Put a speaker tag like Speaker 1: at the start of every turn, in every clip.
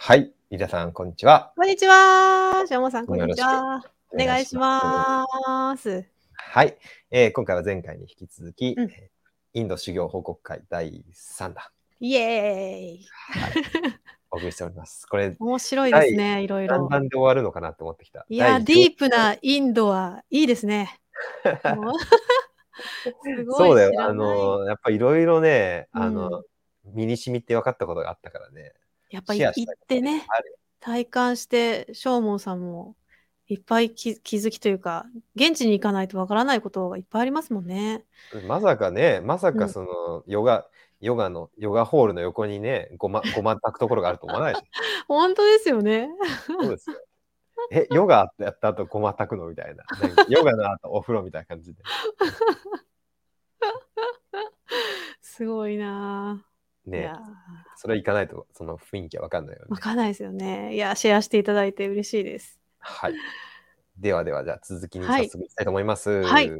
Speaker 1: 飯田さん、こんにちは。
Speaker 2: こんにちは。しゃもさん、こんにち
Speaker 1: よ
Speaker 2: は。お願いします。
Speaker 1: はい、えー今回は前回に引き続き、
Speaker 2: うん
Speaker 1: えーインド修行報告会第3弾、
Speaker 2: イエーイ。
Speaker 1: お送りしております。これ、
Speaker 2: 面白いですね、いろい
Speaker 1: だん
Speaker 2: ろ。
Speaker 1: だんで終わるのかなと思ってきた。
Speaker 2: いやー、デ
Speaker 1: 第
Speaker 2: ィ
Speaker 1: 十
Speaker 2: ープなインドはいいで すね。もうすごい
Speaker 1: そうだ
Speaker 2: 知
Speaker 1: よ、
Speaker 2: ら
Speaker 1: あ
Speaker 2: ない
Speaker 1: の、やっぱいろいろね、あ
Speaker 2: うん
Speaker 1: の、身に染みて分かったことがあったからね。
Speaker 2: やっぱり
Speaker 1: シェ
Speaker 2: 行
Speaker 1: アした
Speaker 2: っ
Speaker 1: いこと
Speaker 2: てね、
Speaker 1: ある
Speaker 2: 体感して、しょうもんさんもいっぱい気気づきというか、現地に行かないとわからないことがいっぱいありますもんね。
Speaker 1: まさかね、まさ
Speaker 2: う
Speaker 1: か
Speaker 2: ん
Speaker 1: その、ヨガ、ヨガの、ヨガホールの横にね、ごま、ごまたくところがあると思わないでし
Speaker 2: 本当ですよね。
Speaker 1: ょ。そうですよ。え、ヨガやった後ごまたくのみたいな。なん かヨガの後お風呂みたいな感じで。
Speaker 2: すごいなー。い
Speaker 1: ね
Speaker 2: や、ー
Speaker 1: それは行かないと、その雰囲気は分かんないよ
Speaker 2: わ
Speaker 1: ね。
Speaker 2: かんないですよね。いや、シェアしていただいて嬉しいです。
Speaker 1: はい。ではでは、じゃあ続きに
Speaker 2: は
Speaker 1: 早
Speaker 2: い
Speaker 1: 速いきたいと思います。
Speaker 2: はい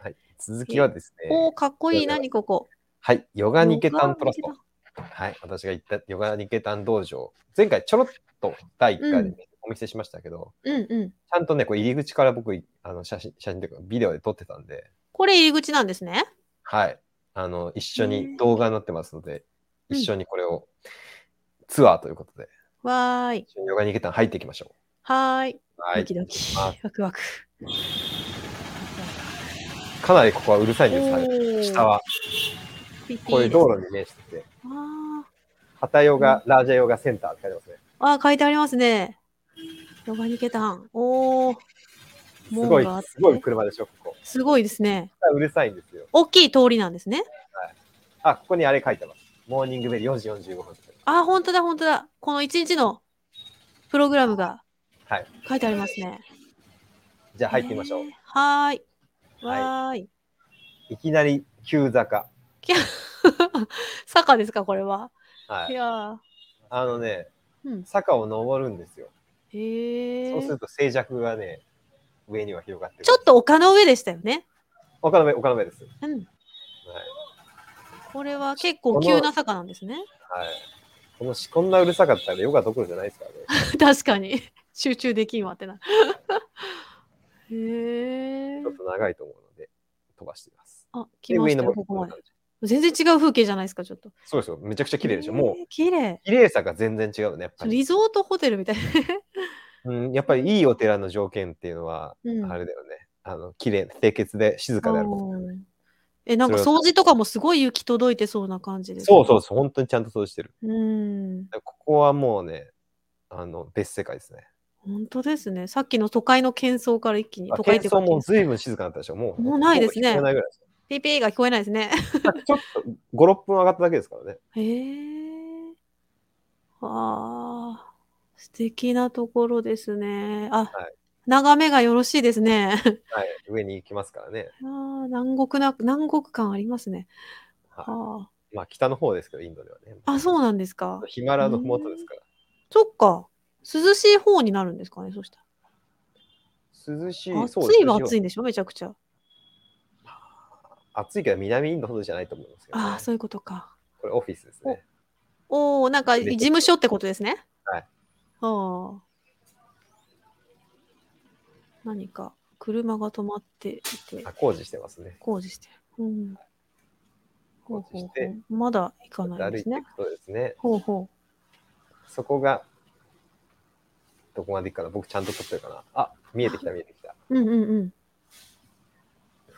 Speaker 1: はい続きはですね、
Speaker 2: おー、かっこいい、
Speaker 1: あり
Speaker 2: 何ここ。
Speaker 1: はい、ヨガニケタントラス
Speaker 2: ヨガ
Speaker 1: ト
Speaker 2: ニ。
Speaker 1: はい、私が行ったヨガニケタン道場。前回ちょろっと第1回でね、お見せしましたけど、
Speaker 2: うんうん。
Speaker 1: ちゃんとね、これ入り口から僕、いあの写真、写真というかビデオで撮ってたんで、
Speaker 2: これ入り口なんですね。
Speaker 1: はい、あの、一緒
Speaker 2: ね
Speaker 1: に動画になってますので、
Speaker 2: うん
Speaker 1: 一緒にこれをツアーということで、
Speaker 2: わーい。
Speaker 1: 一緒にヨガニケタン入っていきましょ
Speaker 2: はーい。
Speaker 1: う。は
Speaker 2: ド
Speaker 1: い
Speaker 2: キ。ドキ
Speaker 1: は。
Speaker 2: ワクワク。
Speaker 1: かなりここはうるさいんです、はい
Speaker 2: ー
Speaker 1: 下は。
Speaker 2: ピピ
Speaker 1: こういう道路に面してて、
Speaker 2: あ
Speaker 1: ハタヨガ、ラージャヨガセンターって書いてますね。
Speaker 2: ーあー、書いてありますね。ヨガニケタン。おー、
Speaker 1: すごい、
Speaker 2: 門があって
Speaker 1: すごい車でしょ、ここ。
Speaker 2: すごいですね。
Speaker 1: 下うるさいんですよ。
Speaker 2: 大きい通りなんですね。
Speaker 1: あ、ここにあれ書いてます。モーニングベル4時45分。
Speaker 2: あー、本当だ、本当だ。この一日のプログラムが
Speaker 1: はい。
Speaker 2: 書いてありますね。
Speaker 1: じゃあ入ってみましょう。
Speaker 2: えー。はーい。
Speaker 1: はい
Speaker 2: わーい。
Speaker 1: いきなり急坂。
Speaker 2: きゃ 坂ですか、これは。
Speaker 1: はいい。
Speaker 2: やー。
Speaker 1: あのね、
Speaker 2: うん。
Speaker 1: 坂を登るんですよ。
Speaker 2: へえ
Speaker 1: そうすると静寂がね、上には広がってくる。
Speaker 2: ちょっと丘の上でしたよね。
Speaker 1: 丘の上、丘の上です。は
Speaker 2: うん。
Speaker 1: い。
Speaker 2: これは結構急な坂なんですね。
Speaker 1: はい。このし、こんなうるさかったらヨガどころじゃないですからね。
Speaker 2: 確かに。集中できんわってな。 へえ
Speaker 1: ちょっと長いと思うので、飛ばしています。
Speaker 2: あ、
Speaker 1: で
Speaker 2: 来ま
Speaker 1: 上
Speaker 2: し
Speaker 1: に
Speaker 2: たよ、
Speaker 1: 登る
Speaker 2: ここまで。全然違う風景じゃないですか、ちょっと。
Speaker 1: そうですよ。めちゃくちゃ綺麗でしょ。もう
Speaker 2: へー。綺麗。
Speaker 1: 綺麗さが全然違うね、やっぱり。
Speaker 2: リゾートホテルみたいな。
Speaker 1: うん、やっぱりいいお寺の条件っていうのは、
Speaker 2: うん
Speaker 1: あれだよね。あの、綺麗、清潔で静かであること。
Speaker 2: うんえ、なんか掃除とかもすごい行き届いてそうな感じです。
Speaker 1: そうそうそう、本当にちゃんと掃除してる。
Speaker 2: う。うん。
Speaker 1: ここはもうね、あの、別世界ですね。
Speaker 2: 本当ですね。さっきの都会の喧騒から一気に。
Speaker 1: あ
Speaker 2: 都会って
Speaker 1: 喧騒も
Speaker 2: いうか
Speaker 1: 随分静かになったでしょ。もう、
Speaker 2: もうないですね
Speaker 1: ほぼ聞こえないぐらいですよ
Speaker 2: ピーピーが聞こえないですね。
Speaker 1: ちょっと5、6分上がっただけですからね。
Speaker 2: へえ。ああ、素敵なところですね。あ、
Speaker 1: はい
Speaker 2: 眺めがよろしいですね。
Speaker 1: はい。上に行きますからね。
Speaker 2: あー南国な、南国感ありますね。あ
Speaker 1: まあ、北の方ですけど、インドではね。
Speaker 2: ーあ、そう
Speaker 1: う
Speaker 2: なんですか。
Speaker 1: ヒマラヤのふもとですから。
Speaker 2: そっか。涼しい方になるんですかね、そしたら。
Speaker 1: 涼しい。そう
Speaker 2: 暑
Speaker 1: です
Speaker 2: いは暑い
Speaker 1: い。
Speaker 2: んでしょ、めちゃくちゃ。
Speaker 1: 暑いけど、南インドほどじゃないと思いますけどね、
Speaker 2: ああ、そういうことか。
Speaker 1: これオフィスですね。
Speaker 2: おお、なんか
Speaker 1: めちゃくち
Speaker 2: 事
Speaker 1: ゃ
Speaker 2: 務所ってことですね。
Speaker 1: はい。
Speaker 2: ああ。何か車が止まっていて。
Speaker 1: あ工事してますね。
Speaker 2: 工事してる。うん。ほう
Speaker 1: 工事
Speaker 2: ほう
Speaker 1: し
Speaker 2: ほ
Speaker 1: て
Speaker 2: う。まだ行かないん
Speaker 1: 歩
Speaker 2: で
Speaker 1: い
Speaker 2: す
Speaker 1: てい
Speaker 2: ね。
Speaker 1: くとですね、
Speaker 2: ほうほ
Speaker 1: そこが、どこまで行くかな僕ちゃんと撮ってるかなあ、見えてきた見えてきた。
Speaker 2: う。うんうんうん。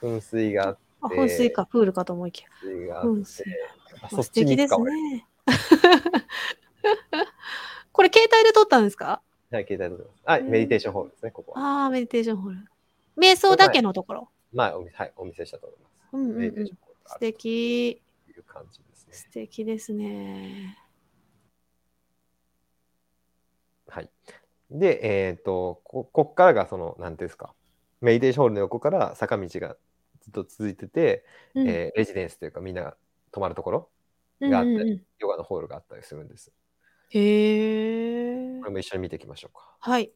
Speaker 1: 噴水があっ
Speaker 2: あ、
Speaker 1: で
Speaker 2: 噴水か、プールかと思いきや。
Speaker 1: て、水があっ
Speaker 2: 噴水
Speaker 1: て。。あ
Speaker 2: ま
Speaker 1: そ
Speaker 2: あ
Speaker 1: っ
Speaker 2: 素
Speaker 1: ちに行
Speaker 2: 敵で
Speaker 1: くか
Speaker 2: す
Speaker 1: 俺。
Speaker 2: ね。 これ、携帯で撮ったんですか
Speaker 1: はい、携帯でございます。はい、
Speaker 2: うん
Speaker 1: メディテーションホールですね、ここは。
Speaker 2: ああ、メディテーションホール。瞑想だけのところ。
Speaker 1: まあ、お見はい、お見せしたと思います。
Speaker 2: うんうん
Speaker 1: メデ
Speaker 2: う
Speaker 1: ィテー
Speaker 2: ん
Speaker 1: ショ。ンホールがあ
Speaker 2: 素
Speaker 1: る
Speaker 2: 敵。
Speaker 1: という感じですね。
Speaker 2: 素敵ですね。
Speaker 1: はい。で、えっ、と、ここっからがその、なんていうんですか、メディテーションホールの横から坂道がずっと続いてて、
Speaker 2: うん
Speaker 1: えーレジデンスというか、みんなが泊まるところ、
Speaker 2: うん
Speaker 1: があって
Speaker 2: うんうん
Speaker 1: ヨガのホールがあったりするんです。
Speaker 2: へえ
Speaker 1: こ。れも一緒に見ていきましょうか。
Speaker 2: はい。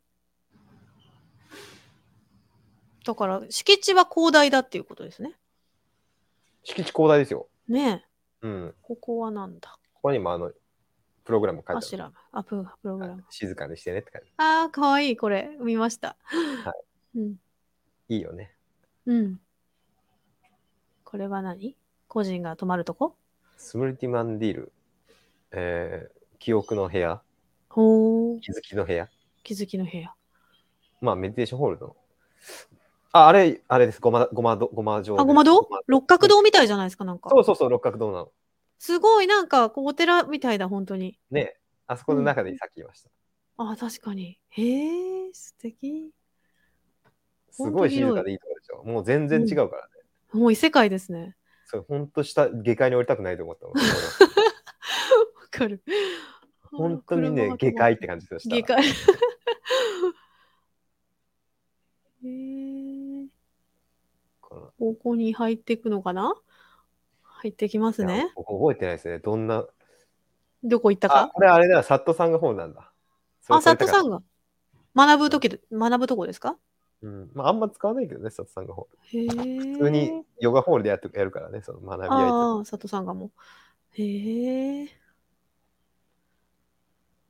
Speaker 2: だから、敷地は広大だっていうことですね。
Speaker 1: 敷地広大ですよ。
Speaker 2: ねえ。
Speaker 1: うん。
Speaker 2: ここはなんだ
Speaker 1: ここにもあの、プログラム書い
Speaker 2: ア
Speaker 1: て
Speaker 2: シュ
Speaker 1: あ
Speaker 2: ラム。あ、ププログ
Speaker 1: る、
Speaker 2: ラ
Speaker 1: は
Speaker 2: ム
Speaker 1: い。静かにしてねって感
Speaker 2: ああ、かわいい、これ。見ました。うん。
Speaker 1: じ。いいよね。
Speaker 2: うん。これは何個人が泊まるとこ
Speaker 1: スムリティマンディール、えー記憶の部屋、
Speaker 2: ほー。
Speaker 1: 気づきの部屋、
Speaker 2: 気づきの部屋。
Speaker 1: まあメディテーションホールの。あ、あれ、あれです。ごま、ごまど、ごま状。
Speaker 2: あ、ごま堂六角堂みたいじゃないですか、なんか。
Speaker 1: そうそうそう、六角堂なの。
Speaker 2: すごい、なんか、こうお寺みたいだ、本当に。
Speaker 1: ね。あそこの中でさっき言いました。
Speaker 2: あ、確かに。へえ、素敵。
Speaker 1: すごい静
Speaker 2: ほ
Speaker 1: か
Speaker 2: んと
Speaker 1: でいいところでしょ。もう全然違うからね。
Speaker 2: もう異世界ですね。
Speaker 1: それ、ほんと下、下界に降りたくないと思 ったもん。
Speaker 2: わかる。
Speaker 1: 本当にね、下界って感じでした。
Speaker 2: 下界。 へえ。
Speaker 1: この
Speaker 2: ここに入っていくのかな入ってきます
Speaker 1: いや
Speaker 2: ね。
Speaker 1: 僕覚えてないですね。どんな。
Speaker 2: どこ行った
Speaker 1: あ、
Speaker 2: か
Speaker 1: これあれだ、サットさんが本なんだ。それ
Speaker 2: あ、佐藤さ
Speaker 1: こ
Speaker 2: んが学ぶときで、学ぶとこですか
Speaker 1: れだからうん。まあ、あんま使わないけどね、サットさんが本。
Speaker 2: へえ。
Speaker 1: 普通にヨガホールでやってやるからね、その学び合い
Speaker 2: ああ、
Speaker 1: と。
Speaker 2: 佐藤さんがもう。へえ。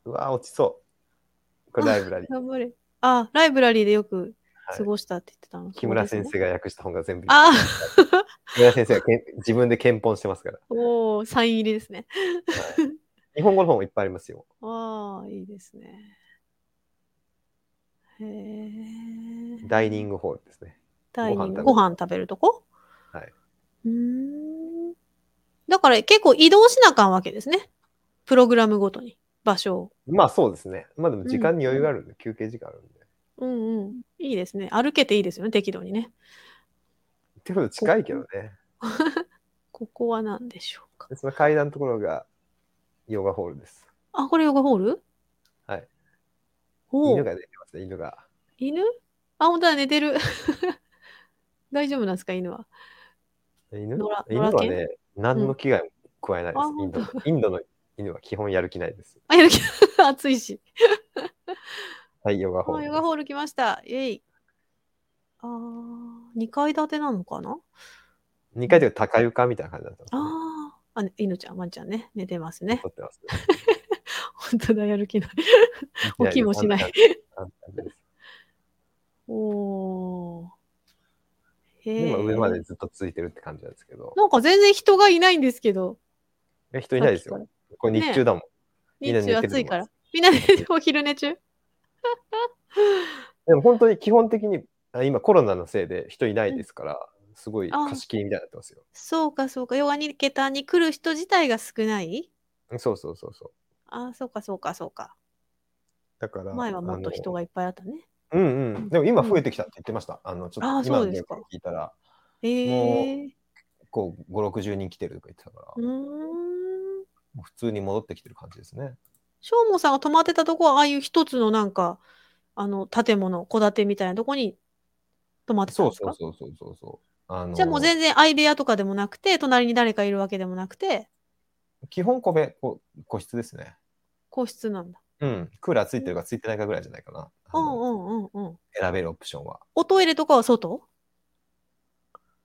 Speaker 1: うわー、落ちそう。これライブラリー。
Speaker 2: 頑張れ。あ、ライブラリーでよく
Speaker 1: はい
Speaker 2: 過ごしたって言ってたの。
Speaker 1: 木村先
Speaker 2: そうですね
Speaker 1: 生が訳した本が全部。
Speaker 2: あ
Speaker 1: 木村先生がけん自分で検本してますから。
Speaker 2: あ、おお、サイン入りですね。
Speaker 1: 日本語の本もいっぱいありますよ。
Speaker 2: ああ、いいですね。へえ。
Speaker 1: ダイニングホールですね。
Speaker 2: ダイニング
Speaker 1: ご
Speaker 2: ご
Speaker 1: 飯
Speaker 2: 飯食べるとこ
Speaker 1: はいう
Speaker 2: ーん。だから結構移動しなあかんわけですね。プログラムごとに。場所を。
Speaker 1: まあそうですね。まあでも時間に余裕があるんで、休憩時間あるんで。
Speaker 2: うんうん。いいですね。歩けていいですよね、適度にね。
Speaker 1: ってこと近いけどね。
Speaker 2: ここは何でしょうか。
Speaker 1: でその階段のところがヨガホールです。
Speaker 2: あ、これヨガホール
Speaker 1: はい。
Speaker 2: お
Speaker 1: 犬
Speaker 2: お。
Speaker 1: が出てますね、犬が。
Speaker 2: 犬あ、本当だ、寝てる。 大丈夫なんですか、犬は。
Speaker 1: 犬
Speaker 2: 野良
Speaker 1: 犬
Speaker 2: 野良
Speaker 1: は
Speaker 2: 犬
Speaker 1: ね、何の危害も加えないで
Speaker 2: あ
Speaker 1: す、インドの。インドの犬は基本やる気ないです。
Speaker 2: あ、やる 気、暑いし。
Speaker 1: はい、ヨガホー
Speaker 2: あ、
Speaker 1: ル
Speaker 2: ヨ
Speaker 1: です
Speaker 2: ガ。ホール来ました。イェイ。あー、2階建てなのかな
Speaker 1: 2階で高床みたいな感じだったんですね、
Speaker 2: あーあ、ね犬ちゃん、ワンちゃんね、寝てますね。
Speaker 1: 撮ってますね。
Speaker 2: 本当だ、やる気ない。起きもしない。
Speaker 1: あんな感じです
Speaker 2: おー。へ
Speaker 1: で
Speaker 2: え。
Speaker 1: も上までずっと続いてるって感じなんですけど。
Speaker 2: なんか全然人がいないんですけど。
Speaker 1: え人いないです
Speaker 2: さ
Speaker 1: よ
Speaker 2: っ。
Speaker 1: これ日中だもん。み
Speaker 2: きか
Speaker 1: んな寝
Speaker 2: ら。日
Speaker 1: てる
Speaker 2: 中
Speaker 1: と思います
Speaker 2: 暑いから。みんな寝て、お昼寝中
Speaker 1: でも本当に基本的にあ今コロナのせいで人いないですから、すごい
Speaker 2: あ
Speaker 1: 貸し切りみたいになってますよ。
Speaker 2: そうか、そうか。ヨガニケタに来る人自体が少ない
Speaker 1: そうそうそうそう。
Speaker 2: ああ、そうか、そうか、そうか。
Speaker 1: だから
Speaker 2: 前はもっと人がいっぱいあったね。
Speaker 1: あのうんうん。でも今増えてきたって言ってました。あのちょ
Speaker 2: あ
Speaker 1: っ
Speaker 2: ー
Speaker 1: と今の
Speaker 2: そうで
Speaker 1: ニュー
Speaker 2: す
Speaker 1: スか
Speaker 2: から
Speaker 1: 聞いたら、
Speaker 2: ええー。
Speaker 1: こう5、60人来てるとか言ってたから、
Speaker 2: うーん。
Speaker 1: もう普通に戻ってきてる感じですね。
Speaker 2: しょうもさんが泊まってたとこは、ああいう一つのなんか、あの、建物、戸建てみたいなとこに泊まってたん
Speaker 1: そう
Speaker 2: ですか
Speaker 1: そうそうそうそうそう。あの
Speaker 2: じゃあもう全然相部屋とかでもなくて、隣に誰かいるわけでもなくて、
Speaker 1: 基本個別個個室ですね。
Speaker 2: 個室なんだ。
Speaker 1: うん。クーラーついてるかついてないかぐらいじゃないかな。あ
Speaker 2: う
Speaker 1: の
Speaker 2: んうんうんうん。
Speaker 1: 選べるオプションは。
Speaker 2: おトイレとかは外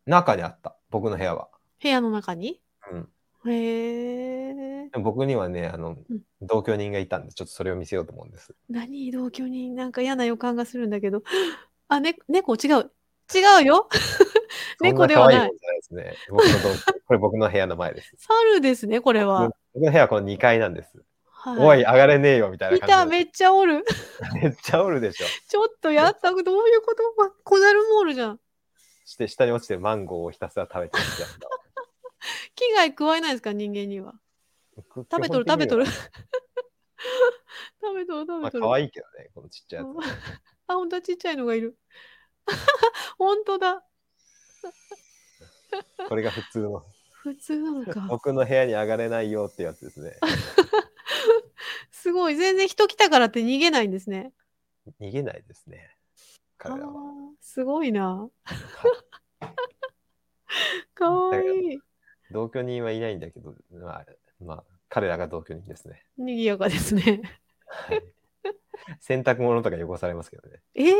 Speaker 1: 中にあった、僕の部屋は。
Speaker 2: 部屋の中に
Speaker 1: うん、
Speaker 2: へえ。
Speaker 1: でも僕にはねあの、
Speaker 2: うん
Speaker 1: 同居人がいたんで、ちょっとそれを見せようと思うんです。
Speaker 2: 何同居人なんか嫌な予感がするんだけど。あ、ね、猫違う。違うよ。猫ではな
Speaker 1: そん可愛も
Speaker 2: い
Speaker 1: んじゃないですね。僕の同居これ僕の部屋の前です。
Speaker 2: 猿ですね、これは。
Speaker 1: 僕の部屋はこの2階なんです。お、
Speaker 2: はい
Speaker 1: 上がれねえよみたい
Speaker 2: い。い
Speaker 1: な
Speaker 2: た、
Speaker 1: 感じ
Speaker 2: めっちゃおる。
Speaker 1: で。めっちゃおるでしょ。
Speaker 2: ちょっとやった、どういうことわ小猿もおるじゃん。
Speaker 1: して、下に落ちてるマンゴーをひたすら食べてるみたいな。
Speaker 2: 危害加えないですか、人間には。 食べとる、食べとる。 食べとる、食
Speaker 1: ま
Speaker 2: べ
Speaker 1: あ
Speaker 2: とる。
Speaker 1: 可愛いけどね、このちっちゃいや
Speaker 2: うん あ、本当はちっちゃいのがいる。 本当だ。
Speaker 1: つ。これが普通 の。
Speaker 2: 普通なのか。
Speaker 1: 僕の部屋に上がれないよってやつですね。
Speaker 2: すごい。全然人来たからって逃げないんですね。
Speaker 1: 逃げないですね。
Speaker 2: ああ
Speaker 1: 彼らは。
Speaker 2: ー、すごいな。 かわいい。
Speaker 1: 同居人はいないんだけど、まあ、まあ、彼らが同居人ですね。
Speaker 2: 賑やかですね。
Speaker 1: はい、洗濯物とか汚されますけどね。
Speaker 2: えー、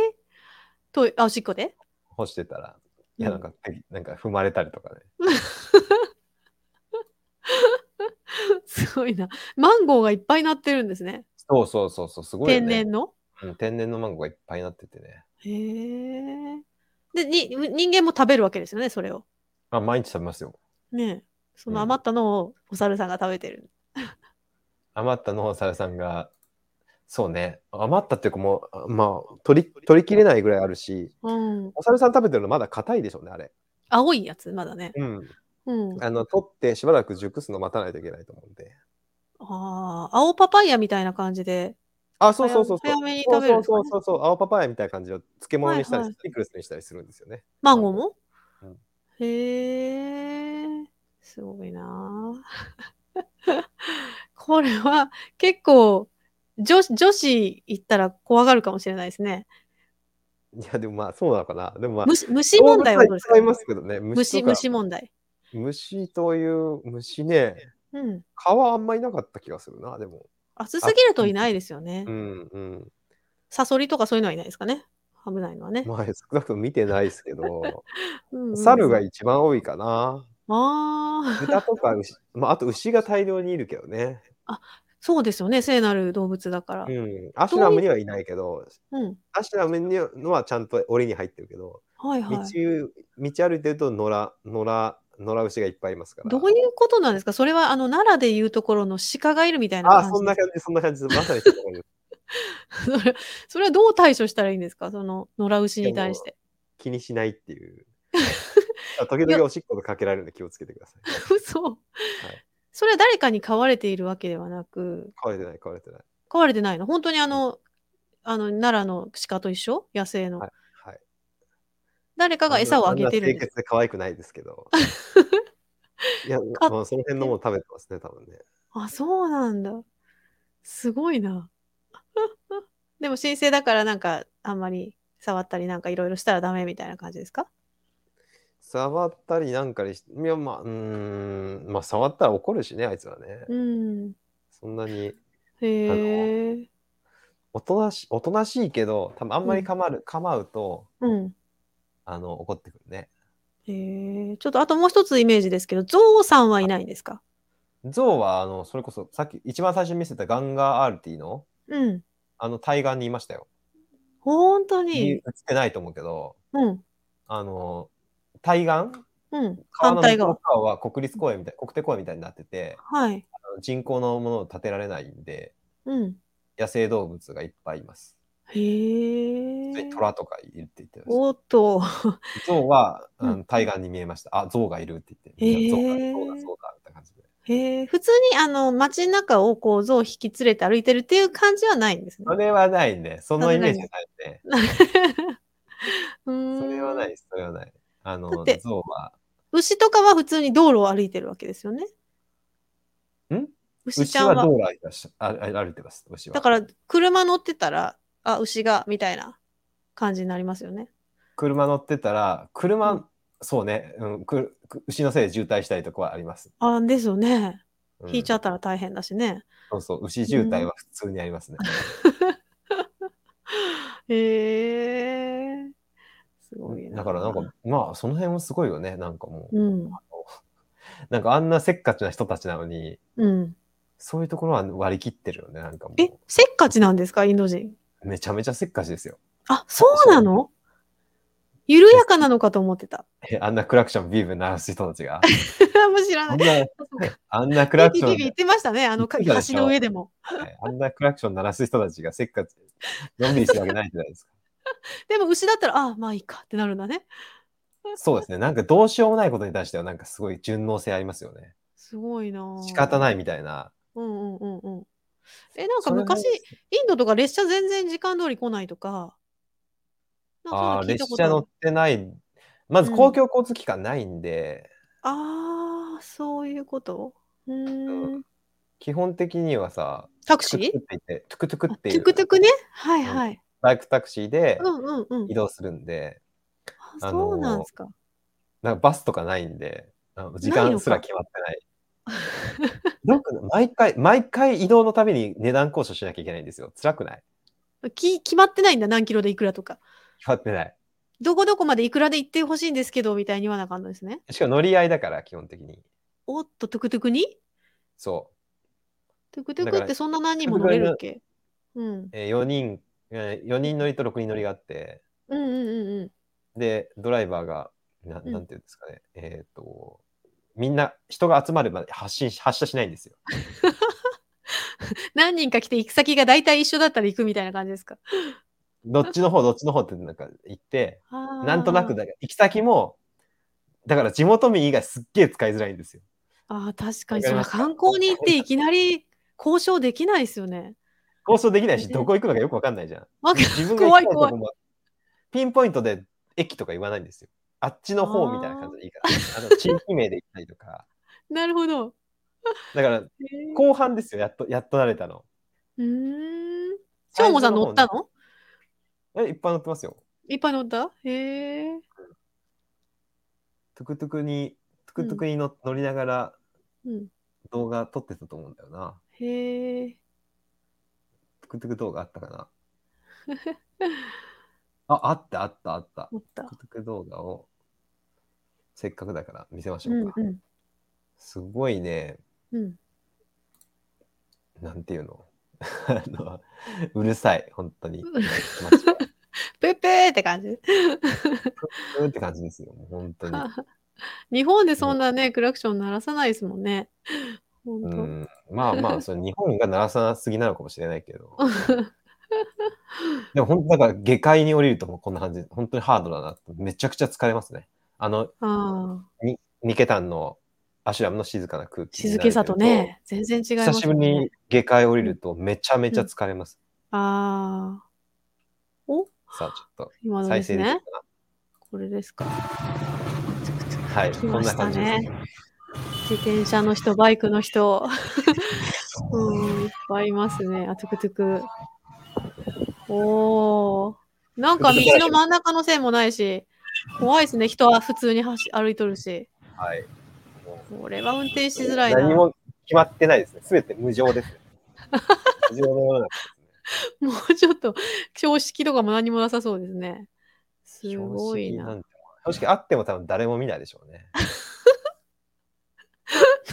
Speaker 2: と、あ、おしっこで
Speaker 1: 干してたら、いや、なんか、なんか踏まれたりとかね。
Speaker 2: す すごいな。マンゴーがいっぱいなってるんですね。
Speaker 1: そうそうそうそう、すごいよ
Speaker 2: 天
Speaker 1: ね。
Speaker 2: 然の。
Speaker 1: うん天然のマンゴーがいっぱいになっててね。
Speaker 2: へえ。で、に、人間も食べるわけですよね、それを。
Speaker 1: あ、毎日食べますよ。
Speaker 2: ねえ。その
Speaker 1: うん
Speaker 2: 余ったのをお猿さんが食べてる。
Speaker 1: 余ったのをサラさんが、そうね、余ったっていうかもう、あまあ、取り、取りきれないぐらいあるし、
Speaker 2: うん。
Speaker 1: お猿さん食べてるのまだ硬いでしょうね、あれ。
Speaker 2: 青いやつ、まだね。
Speaker 1: うん。
Speaker 2: うん。あ
Speaker 1: あの、取ってしばらく熟すの待たないといけないと思うんで。
Speaker 2: あー、青パパイヤみたいな感じで。
Speaker 1: あ、そうそうそうそう。
Speaker 2: 早めに食べるんですか
Speaker 1: そうそう
Speaker 2: ね
Speaker 1: そうそう、青パパイヤみたいな感じを漬物にしたり、
Speaker 2: はいはい
Speaker 1: ピクルスにしたりするんですよね。
Speaker 2: マンゴーも
Speaker 1: うん
Speaker 2: へえ、すごいなあ これは結構女子、女子行ったら怖がるかもしれないですね。
Speaker 1: いや、でもまあ、そうなのかな。でもまあ、
Speaker 2: 虫虫問題はど
Speaker 1: 動
Speaker 2: うで
Speaker 1: 物いっぱ
Speaker 2: すか
Speaker 1: いいますけどね。虫
Speaker 2: 虫
Speaker 1: とか
Speaker 2: 虫問題。
Speaker 1: 虫という、虫ね、
Speaker 2: うん。
Speaker 1: 蚊はあんまいなかった気がするな、でも。
Speaker 2: 暑すぎるといないですよね
Speaker 1: う。んうん。
Speaker 2: サソリとかそういうのはいないですかね。危ないのはね。
Speaker 1: まあ、少なくとも見てないですけど、
Speaker 2: うんうん
Speaker 1: 猿が一番多いかな。
Speaker 2: ああ、
Speaker 1: 豚とか牛、 まあ、あと牛が大量にいるけどね。
Speaker 2: そうですよね。聖なる動物だから
Speaker 1: う。ん。アシュラムにはいないけど、
Speaker 2: うん。
Speaker 1: アシュラムにはのはちゃんと檻に入ってるけど、
Speaker 2: はいはい。
Speaker 1: 道道歩いてると野良野良野良牛がいっぱいいますから。
Speaker 2: どういうことなんですかそれはあの奈良でいうところの鹿がいるみたいな
Speaker 1: あ
Speaker 2: 感じ
Speaker 1: あ
Speaker 2: です
Speaker 1: そんな感じそんな感じまさにそう思う
Speaker 2: それそれはどう対処したらいいんですかその野良牛に対して。
Speaker 1: 気にしないって いう。あ時々おしっことかけられるんで気をつけてくだ さい。
Speaker 2: 嘘、それは誰かに飼われているわけではなく
Speaker 1: 飼われてない飼われてない。
Speaker 2: 飼われてないの本当にあの,、あの奈良の鹿と一緒野生の、
Speaker 1: はいはい。
Speaker 2: 誰かが餌をあげてる
Speaker 1: んな
Speaker 2: んで
Speaker 1: 清
Speaker 2: す
Speaker 1: 潔で可愛くないですけ ど。いや、ま
Speaker 2: 飼
Speaker 1: あ、
Speaker 2: っ
Speaker 1: その辺のもの食べてますね、多分ね。
Speaker 2: あそうなんだすごいな でも神聖だからなんかあんまり触ったりなんかいろいろしたらダメみたいな感じですか
Speaker 1: 触ったりなんかにし、いや、まあ、うーん、まあ、触ったら怒るしね、あいつはね。
Speaker 2: うん
Speaker 1: そんなに、
Speaker 2: へえ
Speaker 1: おとなしおとなしいけど、多分あんまり構う、構うと、
Speaker 2: うん
Speaker 1: あの、怒ってくるね。
Speaker 2: へえちょっとあともう一つイメージですけどゾウさんはいないんですか
Speaker 1: ゾウは、あの、それこそ、さっき、一番最初に見せたガンガーアールティの、
Speaker 2: うん
Speaker 1: あの、対岸にいましたよ。
Speaker 2: 本当
Speaker 1: に映っ
Speaker 2: に。
Speaker 1: てないと思うけど、
Speaker 2: うん。
Speaker 1: あの、対岸
Speaker 2: うん。
Speaker 1: 川
Speaker 2: 反
Speaker 1: の
Speaker 2: 対
Speaker 1: 向こ
Speaker 2: 側
Speaker 1: う。側は国立公園みたい、国定公園みたいになってて、
Speaker 2: はい。
Speaker 1: あの人工のものを建てられないんで、
Speaker 2: うん。
Speaker 1: 野生動物がいっぱいいます。
Speaker 2: へえ。
Speaker 1: 虎とかいるって言ってまし
Speaker 2: おっと。
Speaker 1: た。ゾウは、う
Speaker 2: うん
Speaker 1: ん、対岸に見えました。あ、ゾウがいるって言って、
Speaker 2: へー
Speaker 1: ゾウだ、ゾウだ、ゾウだ、みたいな感じで。
Speaker 2: へえ。普通にあの街の中をこう象を引き連れて歩いてるっていう感じはないんですね
Speaker 1: そ。れはないね。そのイメージはないね。
Speaker 2: うーん
Speaker 1: それはない、それはない。あ
Speaker 2: だっ
Speaker 1: の、
Speaker 2: て
Speaker 1: ゾウは、
Speaker 2: 牛とかは普通に道路を歩いてるわけですよね。
Speaker 1: ん
Speaker 2: 牛ち
Speaker 1: 牛
Speaker 2: ゃん
Speaker 1: は
Speaker 2: は。
Speaker 1: ゾウが歩いてましたあ歩いてます、牛は。
Speaker 2: だから車乗ってたら、あ、牛が、みたいな感じになりますよね。
Speaker 1: 車乗ってたら、車、
Speaker 2: うん
Speaker 1: そうね、うんく、く牛のせいで渋滞したりとかはあります。
Speaker 2: あ、ですよね。
Speaker 1: うん
Speaker 2: 引いちゃったら大変だしね。
Speaker 1: そうそう、牛渋滞は普通にありますね。
Speaker 2: へえ。すごいな。
Speaker 1: だからなんか、まあ、その辺もすごいよね、なんかもう。
Speaker 2: うん。
Speaker 1: なんかあんなせっかちな人たちなのに、
Speaker 2: うん。
Speaker 1: そういうところは割り切ってるよね、なんかも
Speaker 2: え、せっかちなんですか、インド人。
Speaker 1: う。めちゃめちゃせっかちですよ。
Speaker 2: あ、そうなの緩やかなのかと思ってた。
Speaker 1: えあんなクラクションビーブ鳴らす人たちが。
Speaker 2: もう知ら
Speaker 1: あ
Speaker 2: なんい。
Speaker 1: な、 あんなクラク
Speaker 2: ビ
Speaker 1: ショ
Speaker 2: ビビ
Speaker 1: ン
Speaker 2: ビ言ってましたね、あのか
Speaker 1: 言ってたでしょ
Speaker 2: 橋の上でも。
Speaker 1: ね、あんなクラクション鳴らす人たちがせっかち、のんびりしてるわけないじゃないですか。
Speaker 2: でも牛だったら、あまあいいかってなるんだね。
Speaker 1: そうですね、なんかどうしようもないことに対しては、なんかすごい順応性ありますよね。
Speaker 2: すごいな。。
Speaker 1: 仕方ないいみたいな。
Speaker 2: うんうんうんうん。え、なん
Speaker 1: そ
Speaker 2: か
Speaker 1: れも
Speaker 2: 昔、インドとか列車全然時間通り来ないとか、なんか
Speaker 1: ああ
Speaker 2: そういうの聞いた
Speaker 1: 列
Speaker 2: ことあ
Speaker 1: 車
Speaker 2: る
Speaker 1: 乗ってない。まず
Speaker 2: うん
Speaker 1: 公共交通機関ないんで、
Speaker 2: ああ、そういうことうーん。
Speaker 1: 基本的にはさ、
Speaker 2: タ
Speaker 1: ト
Speaker 2: ク
Speaker 1: ゥク
Speaker 2: シ
Speaker 1: トゥク
Speaker 2: ー
Speaker 1: って言って、トゥクトゥクって
Speaker 2: あ
Speaker 1: い
Speaker 2: トゥク
Speaker 1: う
Speaker 2: トゥクね。はいはい。
Speaker 1: バイクタクシーで
Speaker 2: うんうんうん
Speaker 1: 移。動するんで、
Speaker 2: あ
Speaker 1: あのー
Speaker 2: そうなんですか。
Speaker 1: なんかバスとかないんで、あの時
Speaker 2: ないの
Speaker 1: 間
Speaker 2: か
Speaker 1: すら決まってない。よく毎回、毎回移動のたびに値段交渉しなきゃいけないんですよ。辛くない
Speaker 2: き決まってないんだ、何キロでいくらとか。
Speaker 1: 決まってない。
Speaker 2: どこどこまでいくらで行ってほしいんですけど、みたいに言わなあかんのですね。
Speaker 1: しかも乗り合いだから、基本的に。
Speaker 2: おっと、トゥクトゥクに
Speaker 1: そ
Speaker 2: トゥクトゥクってそんな何人も乗れるっけうん。
Speaker 1: えー、4人、えー、4人乗りと6人乗りがあって、
Speaker 2: うんうんうんうん。
Speaker 1: で、ドライバーが、な
Speaker 2: うん
Speaker 1: なんていうんですかね、えっ、と、みんな人が集まるまで発信し発射しないんですよ。
Speaker 2: 何人か来て行く先が大体一緒だったら行くみたいな感じですか。
Speaker 1: どっちの方、どっちの方ってなんか言って、な
Speaker 2: なん
Speaker 1: となくだけど行き先も、だから地元民以外すっげえ使いづらいんですよ。
Speaker 2: ああ、確かに、
Speaker 1: わ
Speaker 2: そ
Speaker 1: かり
Speaker 2: れ
Speaker 1: ま
Speaker 2: は
Speaker 1: した
Speaker 2: 観光に行っていきなり交渉できないですよね。
Speaker 1: 交渉できないし、
Speaker 2: ね
Speaker 1: どこ行くのかよくわかんないじゃん。
Speaker 2: わか
Speaker 1: 自分が行きたいと
Speaker 2: 怖い
Speaker 1: こも、ピンポイントで駅とか言わないんですよ。あっちの方みたいな感じでいいから、あの地域名で行ったりとか。
Speaker 2: なるほど。
Speaker 1: だから
Speaker 2: へえ
Speaker 1: 後半ですよ、やっと、やっと慣れたの。
Speaker 2: うーん。しょうもさん乗ったの
Speaker 1: え、いっぱい乗ってますよ。
Speaker 2: いっぱい乗ったへえ。
Speaker 1: トゥクトゥクに、トゥクトゥクにの乗りながら
Speaker 2: うん。
Speaker 1: 動画撮ってたと思うんだよな。
Speaker 2: へえ。
Speaker 1: トゥクトゥク動画あったかな。あ、あったあったあった。
Speaker 2: 乗った
Speaker 1: トゥ。クトゥク動画をせっかくだから見せまし
Speaker 2: う
Speaker 1: ょ
Speaker 2: ん
Speaker 1: う
Speaker 2: う
Speaker 1: か。
Speaker 2: ん。
Speaker 1: すごいね、
Speaker 2: うん。
Speaker 1: なんていうの。 あのうるさい、本当に。
Speaker 2: う
Speaker 1: 街は
Speaker 2: ペッペーって感じ。
Speaker 1: うーって感じですよ、もう本 当に。
Speaker 2: 日本でそんなね、クラクション鳴らさないですもんね。本
Speaker 1: う
Speaker 2: 当。
Speaker 1: ん、まあまあ、それ日本が鳴らさなすぎなのかもしれないけ ど。でも本当だから下界に降りるともうこんな感じ本当にハードだなってめちゃくちゃ疲れますねあの
Speaker 2: ああ。
Speaker 1: ニケタンのアシュラムの静かな空気に慣
Speaker 2: 静
Speaker 1: れて
Speaker 2: け
Speaker 1: る
Speaker 2: さとね、全然違います、
Speaker 1: 久
Speaker 2: ね。
Speaker 1: しぶりに。下界降りるとめちゃめちゃ疲れます、
Speaker 2: ああ。お
Speaker 1: さあちょっ
Speaker 2: 今
Speaker 1: と
Speaker 2: の
Speaker 1: 再
Speaker 2: です
Speaker 1: 生できる
Speaker 2: ね。
Speaker 1: か
Speaker 2: これですか。
Speaker 1: な、はい
Speaker 2: 来
Speaker 1: こ
Speaker 2: ま
Speaker 1: んな
Speaker 2: した
Speaker 1: 感じです
Speaker 2: ね。自転車の人、バイクの人。うん、いっぱいいますね。あ、トゥクトゥク。おー。なんか道の真ん中の線もないし、怖いですね。人は普通に走歩いとるし。
Speaker 1: はいも
Speaker 2: これは運転し
Speaker 1: う
Speaker 2: づらいな。
Speaker 1: 何
Speaker 2: も
Speaker 1: も決まってないですね全て無常ですね 無常の世の中
Speaker 2: うちょっと、標識とかも何もなさそうですね。すごい
Speaker 1: 標識
Speaker 2: な。
Speaker 1: んても正直あっても多分誰も見ないでしょうね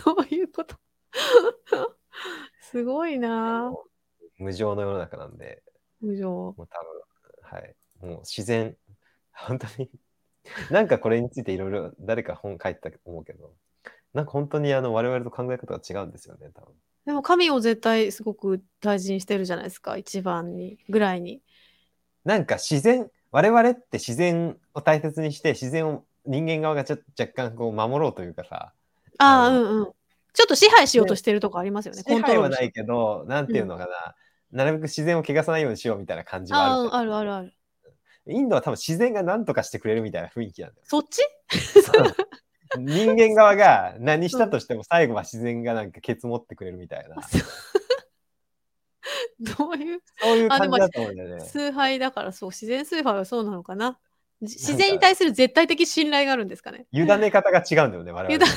Speaker 2: どういうことすごいな。
Speaker 1: 無常の世の中なんで
Speaker 2: 無情。
Speaker 1: もう多分、はい。もう自然、本当に、 なんかこれについていろいろ誰か本書いてたと思うけど、なんか本当にあの我々と考え方が違うんですよね、多分。
Speaker 2: でも神を絶対すごく大事にしてるじゃないですか。一番に、ぐらいに。
Speaker 1: なんか自然、我々って自然を大切にして、自然を人間側がちょ若干こう守ろうというかさ、
Speaker 2: ああ、
Speaker 1: あ
Speaker 2: う
Speaker 1: の
Speaker 2: んうん。ちょっと支配しようとしてるとこありますよね。コ
Speaker 1: 支
Speaker 2: ント
Speaker 1: 配
Speaker 2: ロー
Speaker 1: は
Speaker 2: ルし
Speaker 1: ないけど、なんていうのかな、なるべく自然を汚さないようにしようみたいな感じはあ
Speaker 2: あ
Speaker 1: るじ
Speaker 2: あ、
Speaker 1: ゃん
Speaker 2: あるあるある。
Speaker 1: インドは多分自然が何とかしてくれるみたいな雰囲気なんだよ。
Speaker 2: そっち
Speaker 1: そう人間側が何したとしても最後は自然がなんかケツ持ってくれるみたいな、
Speaker 2: どういう
Speaker 1: そういう感じだと思うんだよね。
Speaker 2: 崇拝だからそう、自然崇拝はそうなのかな。じ自然に対する絶対的信頼があるんですかね。
Speaker 1: 委ね方が違うんだよね、 我々。
Speaker 2: 委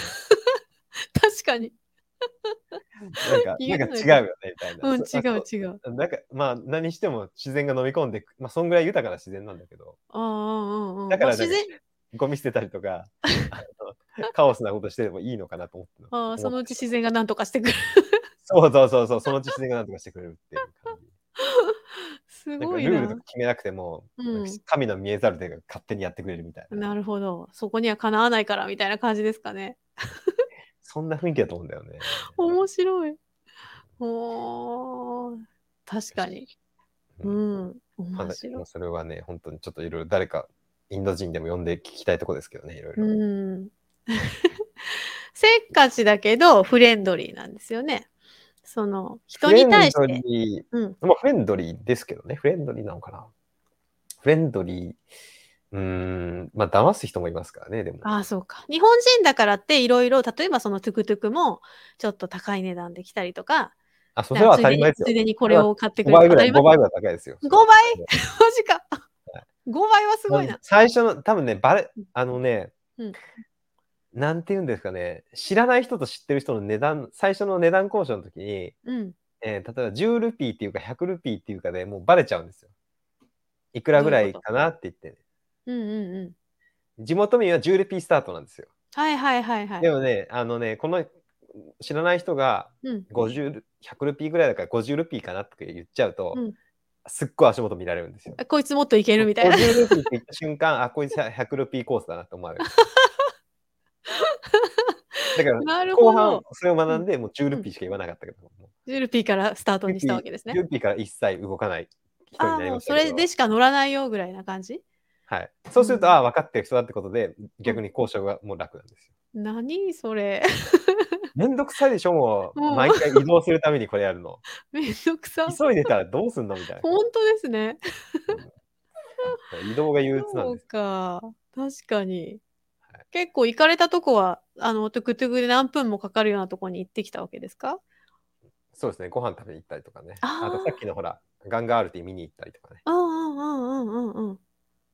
Speaker 2: 確かに。
Speaker 1: なんか
Speaker 2: 言う
Speaker 1: なんか違うよね、みたいな。
Speaker 2: うん、違
Speaker 1: そう
Speaker 2: 違う。
Speaker 1: う。なんかまあ何しても自然が飲み込んでく、まあそんぐらい豊かな自然なんだけど、
Speaker 2: ああ、うんうんうん。
Speaker 1: だから
Speaker 2: まあ自然、
Speaker 1: ゴミ捨てたりと か、あのカオスなことしてでもいいのかなと思って
Speaker 2: ああ、そのうち自然が何とかしてくる。
Speaker 1: そうそうそうそう、そのうち自然がなんとかしてくれるっていう感じ。
Speaker 2: す
Speaker 1: なんか
Speaker 2: ごい
Speaker 1: ルール
Speaker 2: な
Speaker 1: とか。決めなくても、
Speaker 2: うん
Speaker 1: 神の見えざる手が勝手にやってくれるみたいな。
Speaker 2: なるほど。そこにはかなわないからみたいな感じですかね。
Speaker 1: そんな雰囲気だと思うんだよね。
Speaker 2: 面白い。おー確かに。う
Speaker 1: うん
Speaker 2: ん。
Speaker 1: ま
Speaker 2: 面
Speaker 1: だ
Speaker 2: 白い。
Speaker 1: それはね、本当にちょっといろいろ誰か、インド人でも呼んで聞きたいとこですけどね、いろいろ。
Speaker 2: うん。 せっかちだけど、フレンドリーなんですよね。その、人に対し
Speaker 1: フレン
Speaker 2: て。
Speaker 1: ドリー、
Speaker 2: うん。
Speaker 1: まあ、フレンドリーですけどね、フレンドリーなのかな。フレンドリー、うーん、まあ、騙す人もいますからね、でも。
Speaker 2: ああ、そうか。日本人だからっていろいろ、例えばそのトゥクトゥクも、ちょっと高い値段で来たりとか、
Speaker 1: あ、それは当たり前で
Speaker 2: つい
Speaker 1: す
Speaker 2: でに
Speaker 1: よ。
Speaker 2: ついでにこれを買ってく
Speaker 1: 5倍
Speaker 2: れる
Speaker 1: ぐ
Speaker 2: 当た
Speaker 1: らい、
Speaker 2: り
Speaker 1: 5
Speaker 2: 前。
Speaker 1: 倍ぐらい高いですよ。
Speaker 2: 5倍マジか。5倍 はすごいな。
Speaker 1: 最初の、多分ね、バレ、あのね、
Speaker 2: うん
Speaker 1: なんて言うんですかね、知らない人と知ってる人の値段、最初の値段交渉の時に、
Speaker 2: うん。
Speaker 1: えー例えば10ルピーっていうか100ルピーっていうかでもうバレちゃうんですよ。いくらぐらいかなって言ってね、
Speaker 2: うんうんうん。
Speaker 1: 地元民は10ルピースタートなんですよ。
Speaker 2: はいはいはいはい
Speaker 1: で。もね、あのね、この知らない人が
Speaker 2: うん。
Speaker 1: 50、100ルピーぐらいだから50ルピーかなって言っちゃうと、
Speaker 2: うん
Speaker 1: すっごい足元見られるんですよ。
Speaker 2: あこいつもっといけるみたいな。
Speaker 1: 50ルピーって言った瞬 間、あ、こいつは100ルピーコースだなって思われる。だから、
Speaker 2: なる
Speaker 1: 後
Speaker 2: ほ
Speaker 1: 半
Speaker 2: ど。、
Speaker 1: それを学んで、もう10ルピーしか言わなかったけど、も
Speaker 2: ジュルピーからスタートにしたわけです
Speaker 1: う
Speaker 2: ね。
Speaker 1: 10ルピーから一切動かない人に
Speaker 2: ああ、
Speaker 1: なり
Speaker 2: も
Speaker 1: ま
Speaker 2: う
Speaker 1: した
Speaker 2: そ
Speaker 1: けど。
Speaker 2: れでしか乗らないよぐらいな感じ
Speaker 1: はい。そうすると、
Speaker 2: うん
Speaker 1: ああ、分かってる人だってことで、逆に交渉がもう楽なんですよ。
Speaker 2: 何それ。
Speaker 1: めんどくさいでしょ、もう、
Speaker 2: うん
Speaker 1: 毎回移動するためにこれやるの。
Speaker 2: めんどくさ。
Speaker 1: 急いでたらどうすんのみたい
Speaker 2: 本当ですね。
Speaker 1: な。移動が憂鬱なん
Speaker 2: そ
Speaker 1: で
Speaker 2: う
Speaker 1: す。
Speaker 2: か。確かに
Speaker 1: はい。
Speaker 2: 結構行かれたとこは、あの、トゥクトゥクで何分もかかるようなとこに行ってきたわけですか
Speaker 1: そうですね、ご飯食べに行ったりとかね。
Speaker 2: あー
Speaker 1: あと、さっきのほら、ガンガールティ見に行ったりとかね。
Speaker 2: うんうんうんうんうん。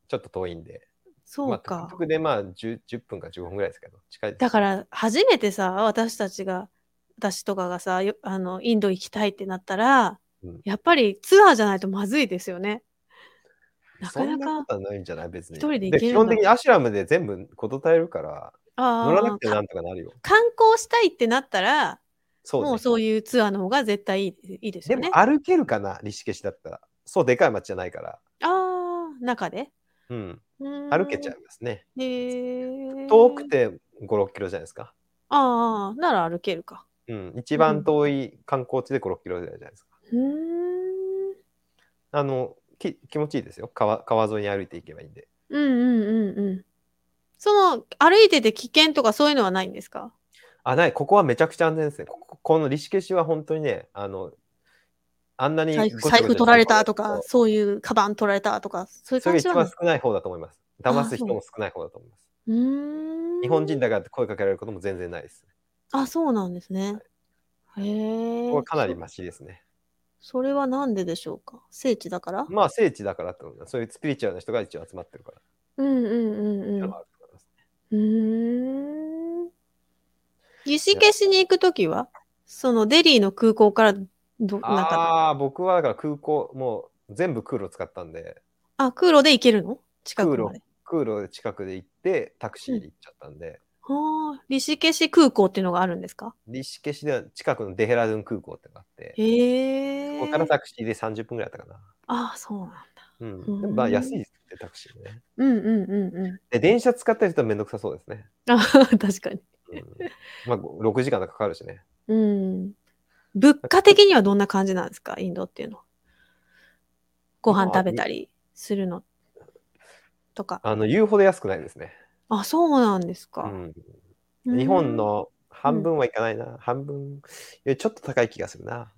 Speaker 1: ちょっと遠いんで。
Speaker 2: そ
Speaker 1: まあ
Speaker 2: うか。
Speaker 1: 特でまあ 10, 10分か15分ぐらいですけど、近いです
Speaker 2: だから初めてさ私たちが私とかがさよあのインド行きたいってなったら、
Speaker 1: うん
Speaker 2: やっぱりツアーじゃないとまずいですよね。な
Speaker 1: そ
Speaker 2: かなん
Speaker 1: なこと
Speaker 2: か
Speaker 1: はないんじゃない別に。
Speaker 2: 一人で行けるんだ
Speaker 1: 基本的にアシュラムで全部事足りるから、
Speaker 2: あ
Speaker 1: 乗らな
Speaker 2: ー
Speaker 1: くてなんとかなるよ。
Speaker 2: 観光したいってなったら
Speaker 1: そうね
Speaker 2: もうそういうツアーの方が絶対いいいいです
Speaker 1: で
Speaker 2: よね
Speaker 1: も。歩けるかな、リシケシだったら。そうでかい街じゃないから。
Speaker 2: ああ中で
Speaker 1: うん、歩
Speaker 2: 歩
Speaker 1: けちゃいますね。
Speaker 2: へー
Speaker 1: 遠くて5、6キロじゃないですか。
Speaker 2: ああなら歩けるか。
Speaker 1: うん、一番遠い観光地で5、6キロじゃないですか。
Speaker 2: うーん
Speaker 1: あのき気持ちいいですよ川。川沿いに歩いていけばいいんで。
Speaker 2: うんうんうんうん。その歩いてて危険とかそういうのはないんですか
Speaker 1: あ、ない、ここはめちゃくちゃ安全ですね。こここのリシケシは本当にね、あの、あんなに
Speaker 2: 財
Speaker 1: ご
Speaker 2: 布
Speaker 1: ちゃごちゃ
Speaker 2: 財布取られたとか、そういうカバン取られたとか、そういう
Speaker 1: それ
Speaker 2: 感
Speaker 1: が
Speaker 2: じ
Speaker 1: 一
Speaker 2: なんで
Speaker 1: 番
Speaker 2: すか
Speaker 1: 少ない方だと思います。騙す人
Speaker 2: そう
Speaker 1: も少ない方だと思います。
Speaker 2: うーん
Speaker 1: 日本人だからって声かけられることも全然ないです。
Speaker 2: あ、そうなんですね。へえ。
Speaker 1: これはかなりマシですね。
Speaker 2: そそれはなんででしょうか聖地だから
Speaker 1: まあ聖地だからと思います。そういうスピリチュアルな人が一応集まってるから。
Speaker 2: うんうんうんうん。
Speaker 1: う
Speaker 2: うーん。湯し消しに行くときはそのデリーの空港からど、なんか、
Speaker 1: ああ、僕はだから空港、もう全部空路使ったんで、
Speaker 2: あ、空路で行けるの近くまで。
Speaker 1: 空路で近くで行って、タクシーで行っちゃったんで、
Speaker 2: はあ、リシケシ空港っていうのがあるんですか
Speaker 1: リシケシでは近くのデヘラドゥン空港ってのがあって、
Speaker 2: へえ。
Speaker 1: ここからタクシーで30分ぐらいだったかな。
Speaker 2: あ、そうなんだ。
Speaker 1: うん。でもまあ安いですね、タクシーね。
Speaker 2: うんうんうんうん。
Speaker 1: で、電車使ったりするとめんどくさそうですね。
Speaker 2: あ 確かに。
Speaker 1: うん、 まあご6時間とかかかるしね。
Speaker 2: うん。物価的にはどんな感じなんですかインドっていうのは。ご飯食べたりするのとか。
Speaker 1: あの、言うほど安くないですね。
Speaker 2: あ、そうなんです
Speaker 1: う
Speaker 2: か。
Speaker 1: ん、
Speaker 2: うん
Speaker 1: 日本。の半分はいかないな。半分、えちょっと高い気がするな。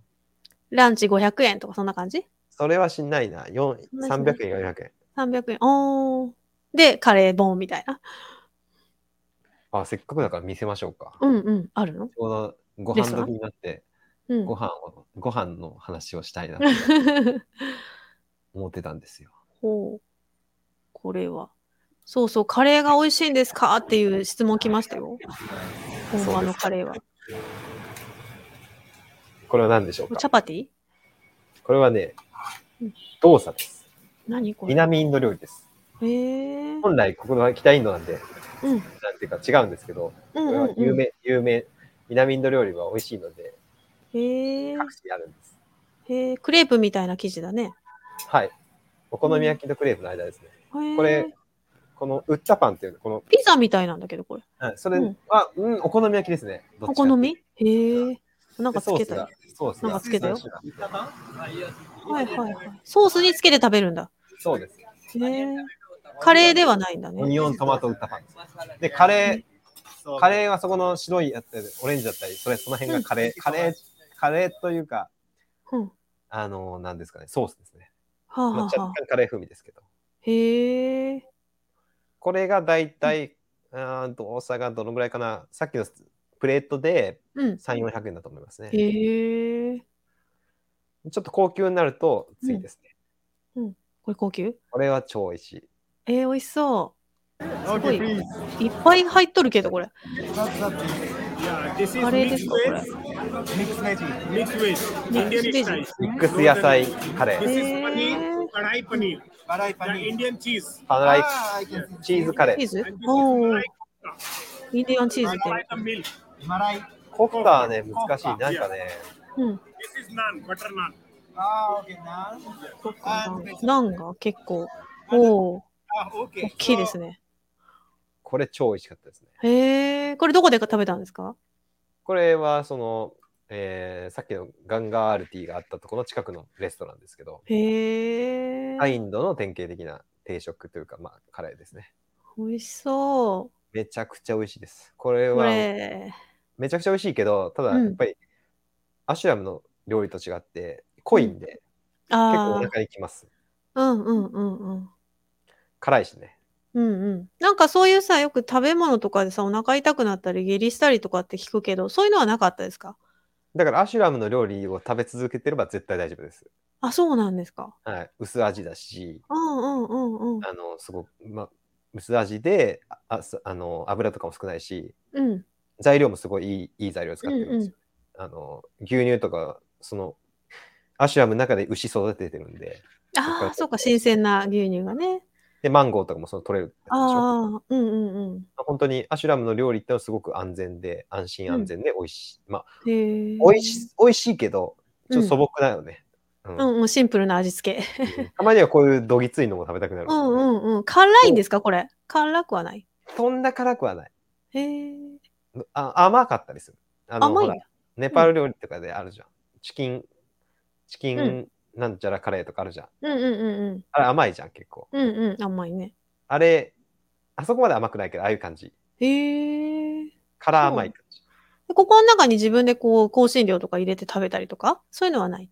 Speaker 2: ランチ500円とかそんな感じ
Speaker 1: それはしんないな。よん
Speaker 2: そんなし
Speaker 1: 300円、400円。
Speaker 2: ?300 円。おー。で、カレーボンみたいな。
Speaker 1: あ、せっかくだから見せましょうか。
Speaker 2: うんうん。あるの
Speaker 1: ちょうどご
Speaker 2: レス
Speaker 1: 飯
Speaker 2: トラン
Speaker 1: 時になって、
Speaker 2: うん
Speaker 1: ご。飯を、ご飯の話をしたいなと思ってたんですよ。
Speaker 2: ほう。これは。そうそう、カレーが美味しいんですかっていう質問来ましたよ。本場のカレーは。
Speaker 1: これは何でしょう
Speaker 2: チャ
Speaker 1: か
Speaker 2: パティ
Speaker 1: これはね
Speaker 2: うん、
Speaker 1: ドーサです。
Speaker 2: 何これ
Speaker 1: 南インド料理です。
Speaker 2: へー
Speaker 1: 本来、ここは北インドなんで、
Speaker 2: うん
Speaker 1: なんていうか違うんですけど、こ
Speaker 2: う
Speaker 1: れ
Speaker 2: ん
Speaker 1: は
Speaker 2: うん
Speaker 1: 有
Speaker 2: うん。
Speaker 1: 名、有名、南インド料理は美味しいので、
Speaker 2: へー
Speaker 1: 各地にあるんです。
Speaker 2: へえ、クレープみたいな生地だね。
Speaker 1: はい。お好み焼きとクレープの間ですね。
Speaker 2: へえ
Speaker 1: これこのウッタパンっていうの、この、
Speaker 2: ピザみたいなんだけど、これ。
Speaker 1: はいそれ
Speaker 2: うん
Speaker 1: は、うん、お好み焼きですね。どっ
Speaker 2: お
Speaker 1: ちかっていうと
Speaker 2: 好みへえ。なんか
Speaker 1: で
Speaker 2: つ
Speaker 1: ソー
Speaker 2: け
Speaker 1: ス
Speaker 2: たり。
Speaker 1: が
Speaker 2: は、
Speaker 1: ソースが
Speaker 2: なんかつけたよ
Speaker 1: 三種類
Speaker 2: いはいはい。ソースにつけて食べるんだ。
Speaker 1: そうです。
Speaker 2: へえ。カレーではないんだ
Speaker 1: オニ
Speaker 2: ね。
Speaker 1: オントマトウッタパンです。で、カレー、カレーはそこの白いやったり、オレンジだったり、それ、その辺がカレー、カレー、カレーというか、
Speaker 2: うん。は
Speaker 1: あの、なんですかね、ソースですね。
Speaker 2: あ、
Speaker 1: まあ、
Speaker 2: は
Speaker 1: 若
Speaker 2: あはあ
Speaker 1: 干、カレー風味ですけど。
Speaker 2: へえ。
Speaker 1: これが大体、あー動作がどのぐらいかな、さっきのプレートで
Speaker 2: うん。
Speaker 1: 3、400円だと思いますね。
Speaker 2: へえ。
Speaker 1: ちょっと高級になると、次ですね。
Speaker 2: これ高級
Speaker 1: これは超美味しい。
Speaker 2: えー、美味しそすご
Speaker 3: Okay,
Speaker 2: い
Speaker 3: please.
Speaker 2: う。いっぱい入っとるけど、これ。
Speaker 3: That's that. Yeah, this is
Speaker 2: カレーですか、これ。
Speaker 3: mixed veggie. Mixed veg.
Speaker 2: Mixed
Speaker 3: Indian
Speaker 2: veggie.
Speaker 1: ミ
Speaker 3: style.
Speaker 1: ックス野菜カレー、
Speaker 3: This is
Speaker 2: Eh.
Speaker 3: paneer, kadai paneer,
Speaker 4: Karai
Speaker 3: the Indian cheese.
Speaker 1: パナライ
Speaker 4: Ah, I can see.
Speaker 1: チーズカレ
Speaker 2: チー
Speaker 1: ー、
Speaker 2: ズ
Speaker 3: And this
Speaker 2: お
Speaker 3: is
Speaker 2: ー
Speaker 3: like,
Speaker 2: インディアンチーズって。
Speaker 3: like a milk.
Speaker 4: Marai.
Speaker 1: コフターね、難しい。なんかね、
Speaker 2: うん。
Speaker 3: This is naan, butter naan.
Speaker 4: Ah, okay, naan.
Speaker 2: そっかなんが結構、おお、
Speaker 4: Ah, okay.
Speaker 2: 大きいですね。
Speaker 1: これ超美味しかったですね。
Speaker 2: へえ、これどこで食べたんですか
Speaker 1: これはその、えーさっきのガンガールティーがあったところの近くのレストランですけど、
Speaker 2: へえ、
Speaker 1: タインドの典型的な定食というか、まあ、カレーですね。
Speaker 2: 美味しそ
Speaker 1: めちゃくちゃ美味しいです。これ
Speaker 2: う。こ
Speaker 1: は
Speaker 2: れ、
Speaker 1: めちゃくちゃ美味しいけど、ただ
Speaker 2: うん
Speaker 1: やっぱり、アシュラムの料理と違って濃いんで、結構お
Speaker 2: あ
Speaker 1: 腹にきます。
Speaker 2: あ、うんうんうんうん。
Speaker 1: 辛いしね。
Speaker 2: うんうん、なんかそういうさよく食べ物とかでさお腹痛くなったり下痢したりとかって聞くけどそういうのはなかったですか
Speaker 1: だからアシュラムの料理を食べ続けてれば絶対大丈夫です。
Speaker 2: あそうなんですか
Speaker 1: はい、薄味だし、
Speaker 2: うんうんうんうん
Speaker 1: あの、すごく、まあ、薄味で、ああすあの油とかも少ないし、
Speaker 2: うん
Speaker 1: 材料もすごいいいいい材料を使ってるんですよ。あの牛乳とか、その、アシュラムの中で牛育ててるんで、
Speaker 2: ああそうか新鮮な牛乳がね
Speaker 1: で、マンゴーとかもその取れるでしょ。
Speaker 2: ああうんうんうん
Speaker 1: 本当にアシュラムの料理ってのはすごく安全で、安心安全で美味しい。まあ、
Speaker 2: へえ
Speaker 1: 美味し美味しいけど、ちょっと素朴だよね。うん
Speaker 2: うんうんシンプルな味付 け
Speaker 1: たまにはこういうどぎついのも食べたくなる、
Speaker 2: うんうんうん辛いんですかこれ辛くはない
Speaker 1: そんな辛くはない。
Speaker 2: へえ
Speaker 1: あ甘かったりする。あの
Speaker 2: 甘い
Speaker 1: ほ
Speaker 2: ん
Speaker 1: ら
Speaker 2: だ
Speaker 1: ネパール料理とかであるじゃん。チキン、チキ
Speaker 2: う
Speaker 1: ンなんちゃらカレーとかあるじゃん。
Speaker 2: うんうんうん
Speaker 1: あれ甘いじゃん、結構。
Speaker 2: うんうんうん甘いね
Speaker 1: あれ、あそこまで甘くないけど、ああいう感じ。
Speaker 2: へえ
Speaker 1: 辛甘い感じ。
Speaker 2: ここの中に自分でこう香辛料とか入れて食べたりとかそういうのはない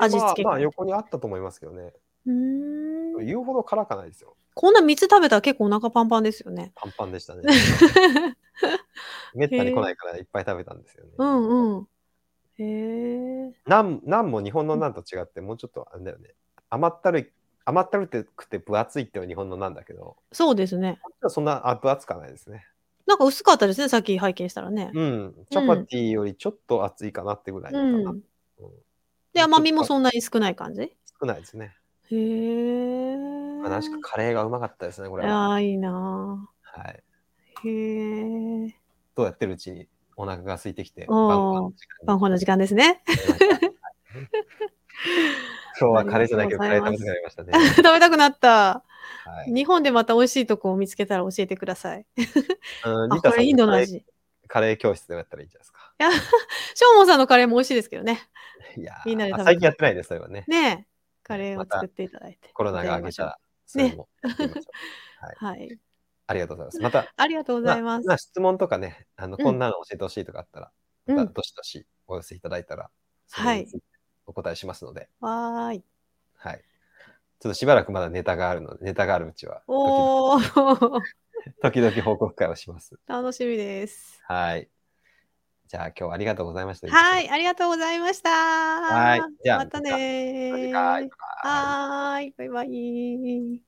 Speaker 2: 味付け
Speaker 1: まあ、まあ、横にあったと思いますけどね。
Speaker 2: うーん
Speaker 1: 言うほど辛くはないですよ。
Speaker 2: こんな3つ食べたら結構お腹パンパンですよね。
Speaker 1: パンパンでした ね。めったに来ないからいっぱい食べたんですよね。
Speaker 2: うんうん。へえ。
Speaker 1: ナンナンも日本のナンと違って、もうちょっとあれだよね。甘ったるい、甘ったるくて分厚いっていうのは日本のナンだけど、
Speaker 2: そうですね。
Speaker 1: こっちはそんなあ分厚くはないですね。
Speaker 2: なんか薄かったですね、さっき拝見したらね。
Speaker 1: うん。チャパティよりちょっと厚いかなってぐらいか
Speaker 2: う
Speaker 1: な。
Speaker 2: ん。
Speaker 1: うん
Speaker 2: で、甘みもそんなに少ない感じへ
Speaker 1: 少ないですね。
Speaker 2: え。
Speaker 1: まあ、確かカレーがうまかったですね、これは。
Speaker 2: ああ、いいな
Speaker 1: はい。
Speaker 2: あへえ。
Speaker 1: どうやってるうちにお腹が空いてきて、
Speaker 2: おー
Speaker 1: 晩ご飯の時間
Speaker 2: 晩
Speaker 1: に
Speaker 2: 本の時間ですね。
Speaker 1: 今日はカレーじゃないけど、カ
Speaker 2: あ
Speaker 1: レ
Speaker 2: り
Speaker 1: ー
Speaker 2: がとう
Speaker 1: 食べたく
Speaker 2: ござ
Speaker 1: なりましたね。
Speaker 2: 食べたくなった。
Speaker 1: はい。
Speaker 2: 日本でまた美味しいとこを見つけたら教えてください。
Speaker 1: うん
Speaker 2: あ、
Speaker 1: リタさ
Speaker 2: こ
Speaker 1: ん
Speaker 2: れインドの
Speaker 1: カレー
Speaker 2: 味。シ
Speaker 1: カレー教室でもやったらいいんじゃないですか。
Speaker 2: ョーモンさんのカレーも美味しいですけどね。
Speaker 1: いやー
Speaker 2: みんなで食べて
Speaker 1: 最近やってないです、それはね。
Speaker 2: ねえ。カレーを作っていただいて。
Speaker 1: コロナが明けたら、それもやってみましょう、
Speaker 2: はい。
Speaker 1: ありがとうございます。また、
Speaker 2: ありがとうございます
Speaker 1: ま。あ質問とかね、あの
Speaker 2: うん
Speaker 1: こんなの教えてほしいとかあったら、
Speaker 2: うん
Speaker 1: またどしどしお寄せいただいたら、それについてお答えしますので、
Speaker 2: わーい。
Speaker 1: はい。ちょっとしばらくまだネタがあるので、ネタがあるうちは
Speaker 2: おー、
Speaker 1: 時々、時々報告会をします。
Speaker 2: 楽しみです。
Speaker 1: はい。じゃあ、今日はありがとうございました。
Speaker 2: はい、。ありがとうございました。
Speaker 1: は
Speaker 2: はい
Speaker 1: じゃあ
Speaker 2: またね
Speaker 1: また次
Speaker 2: ー
Speaker 1: 回。
Speaker 2: はーい、バイバイ。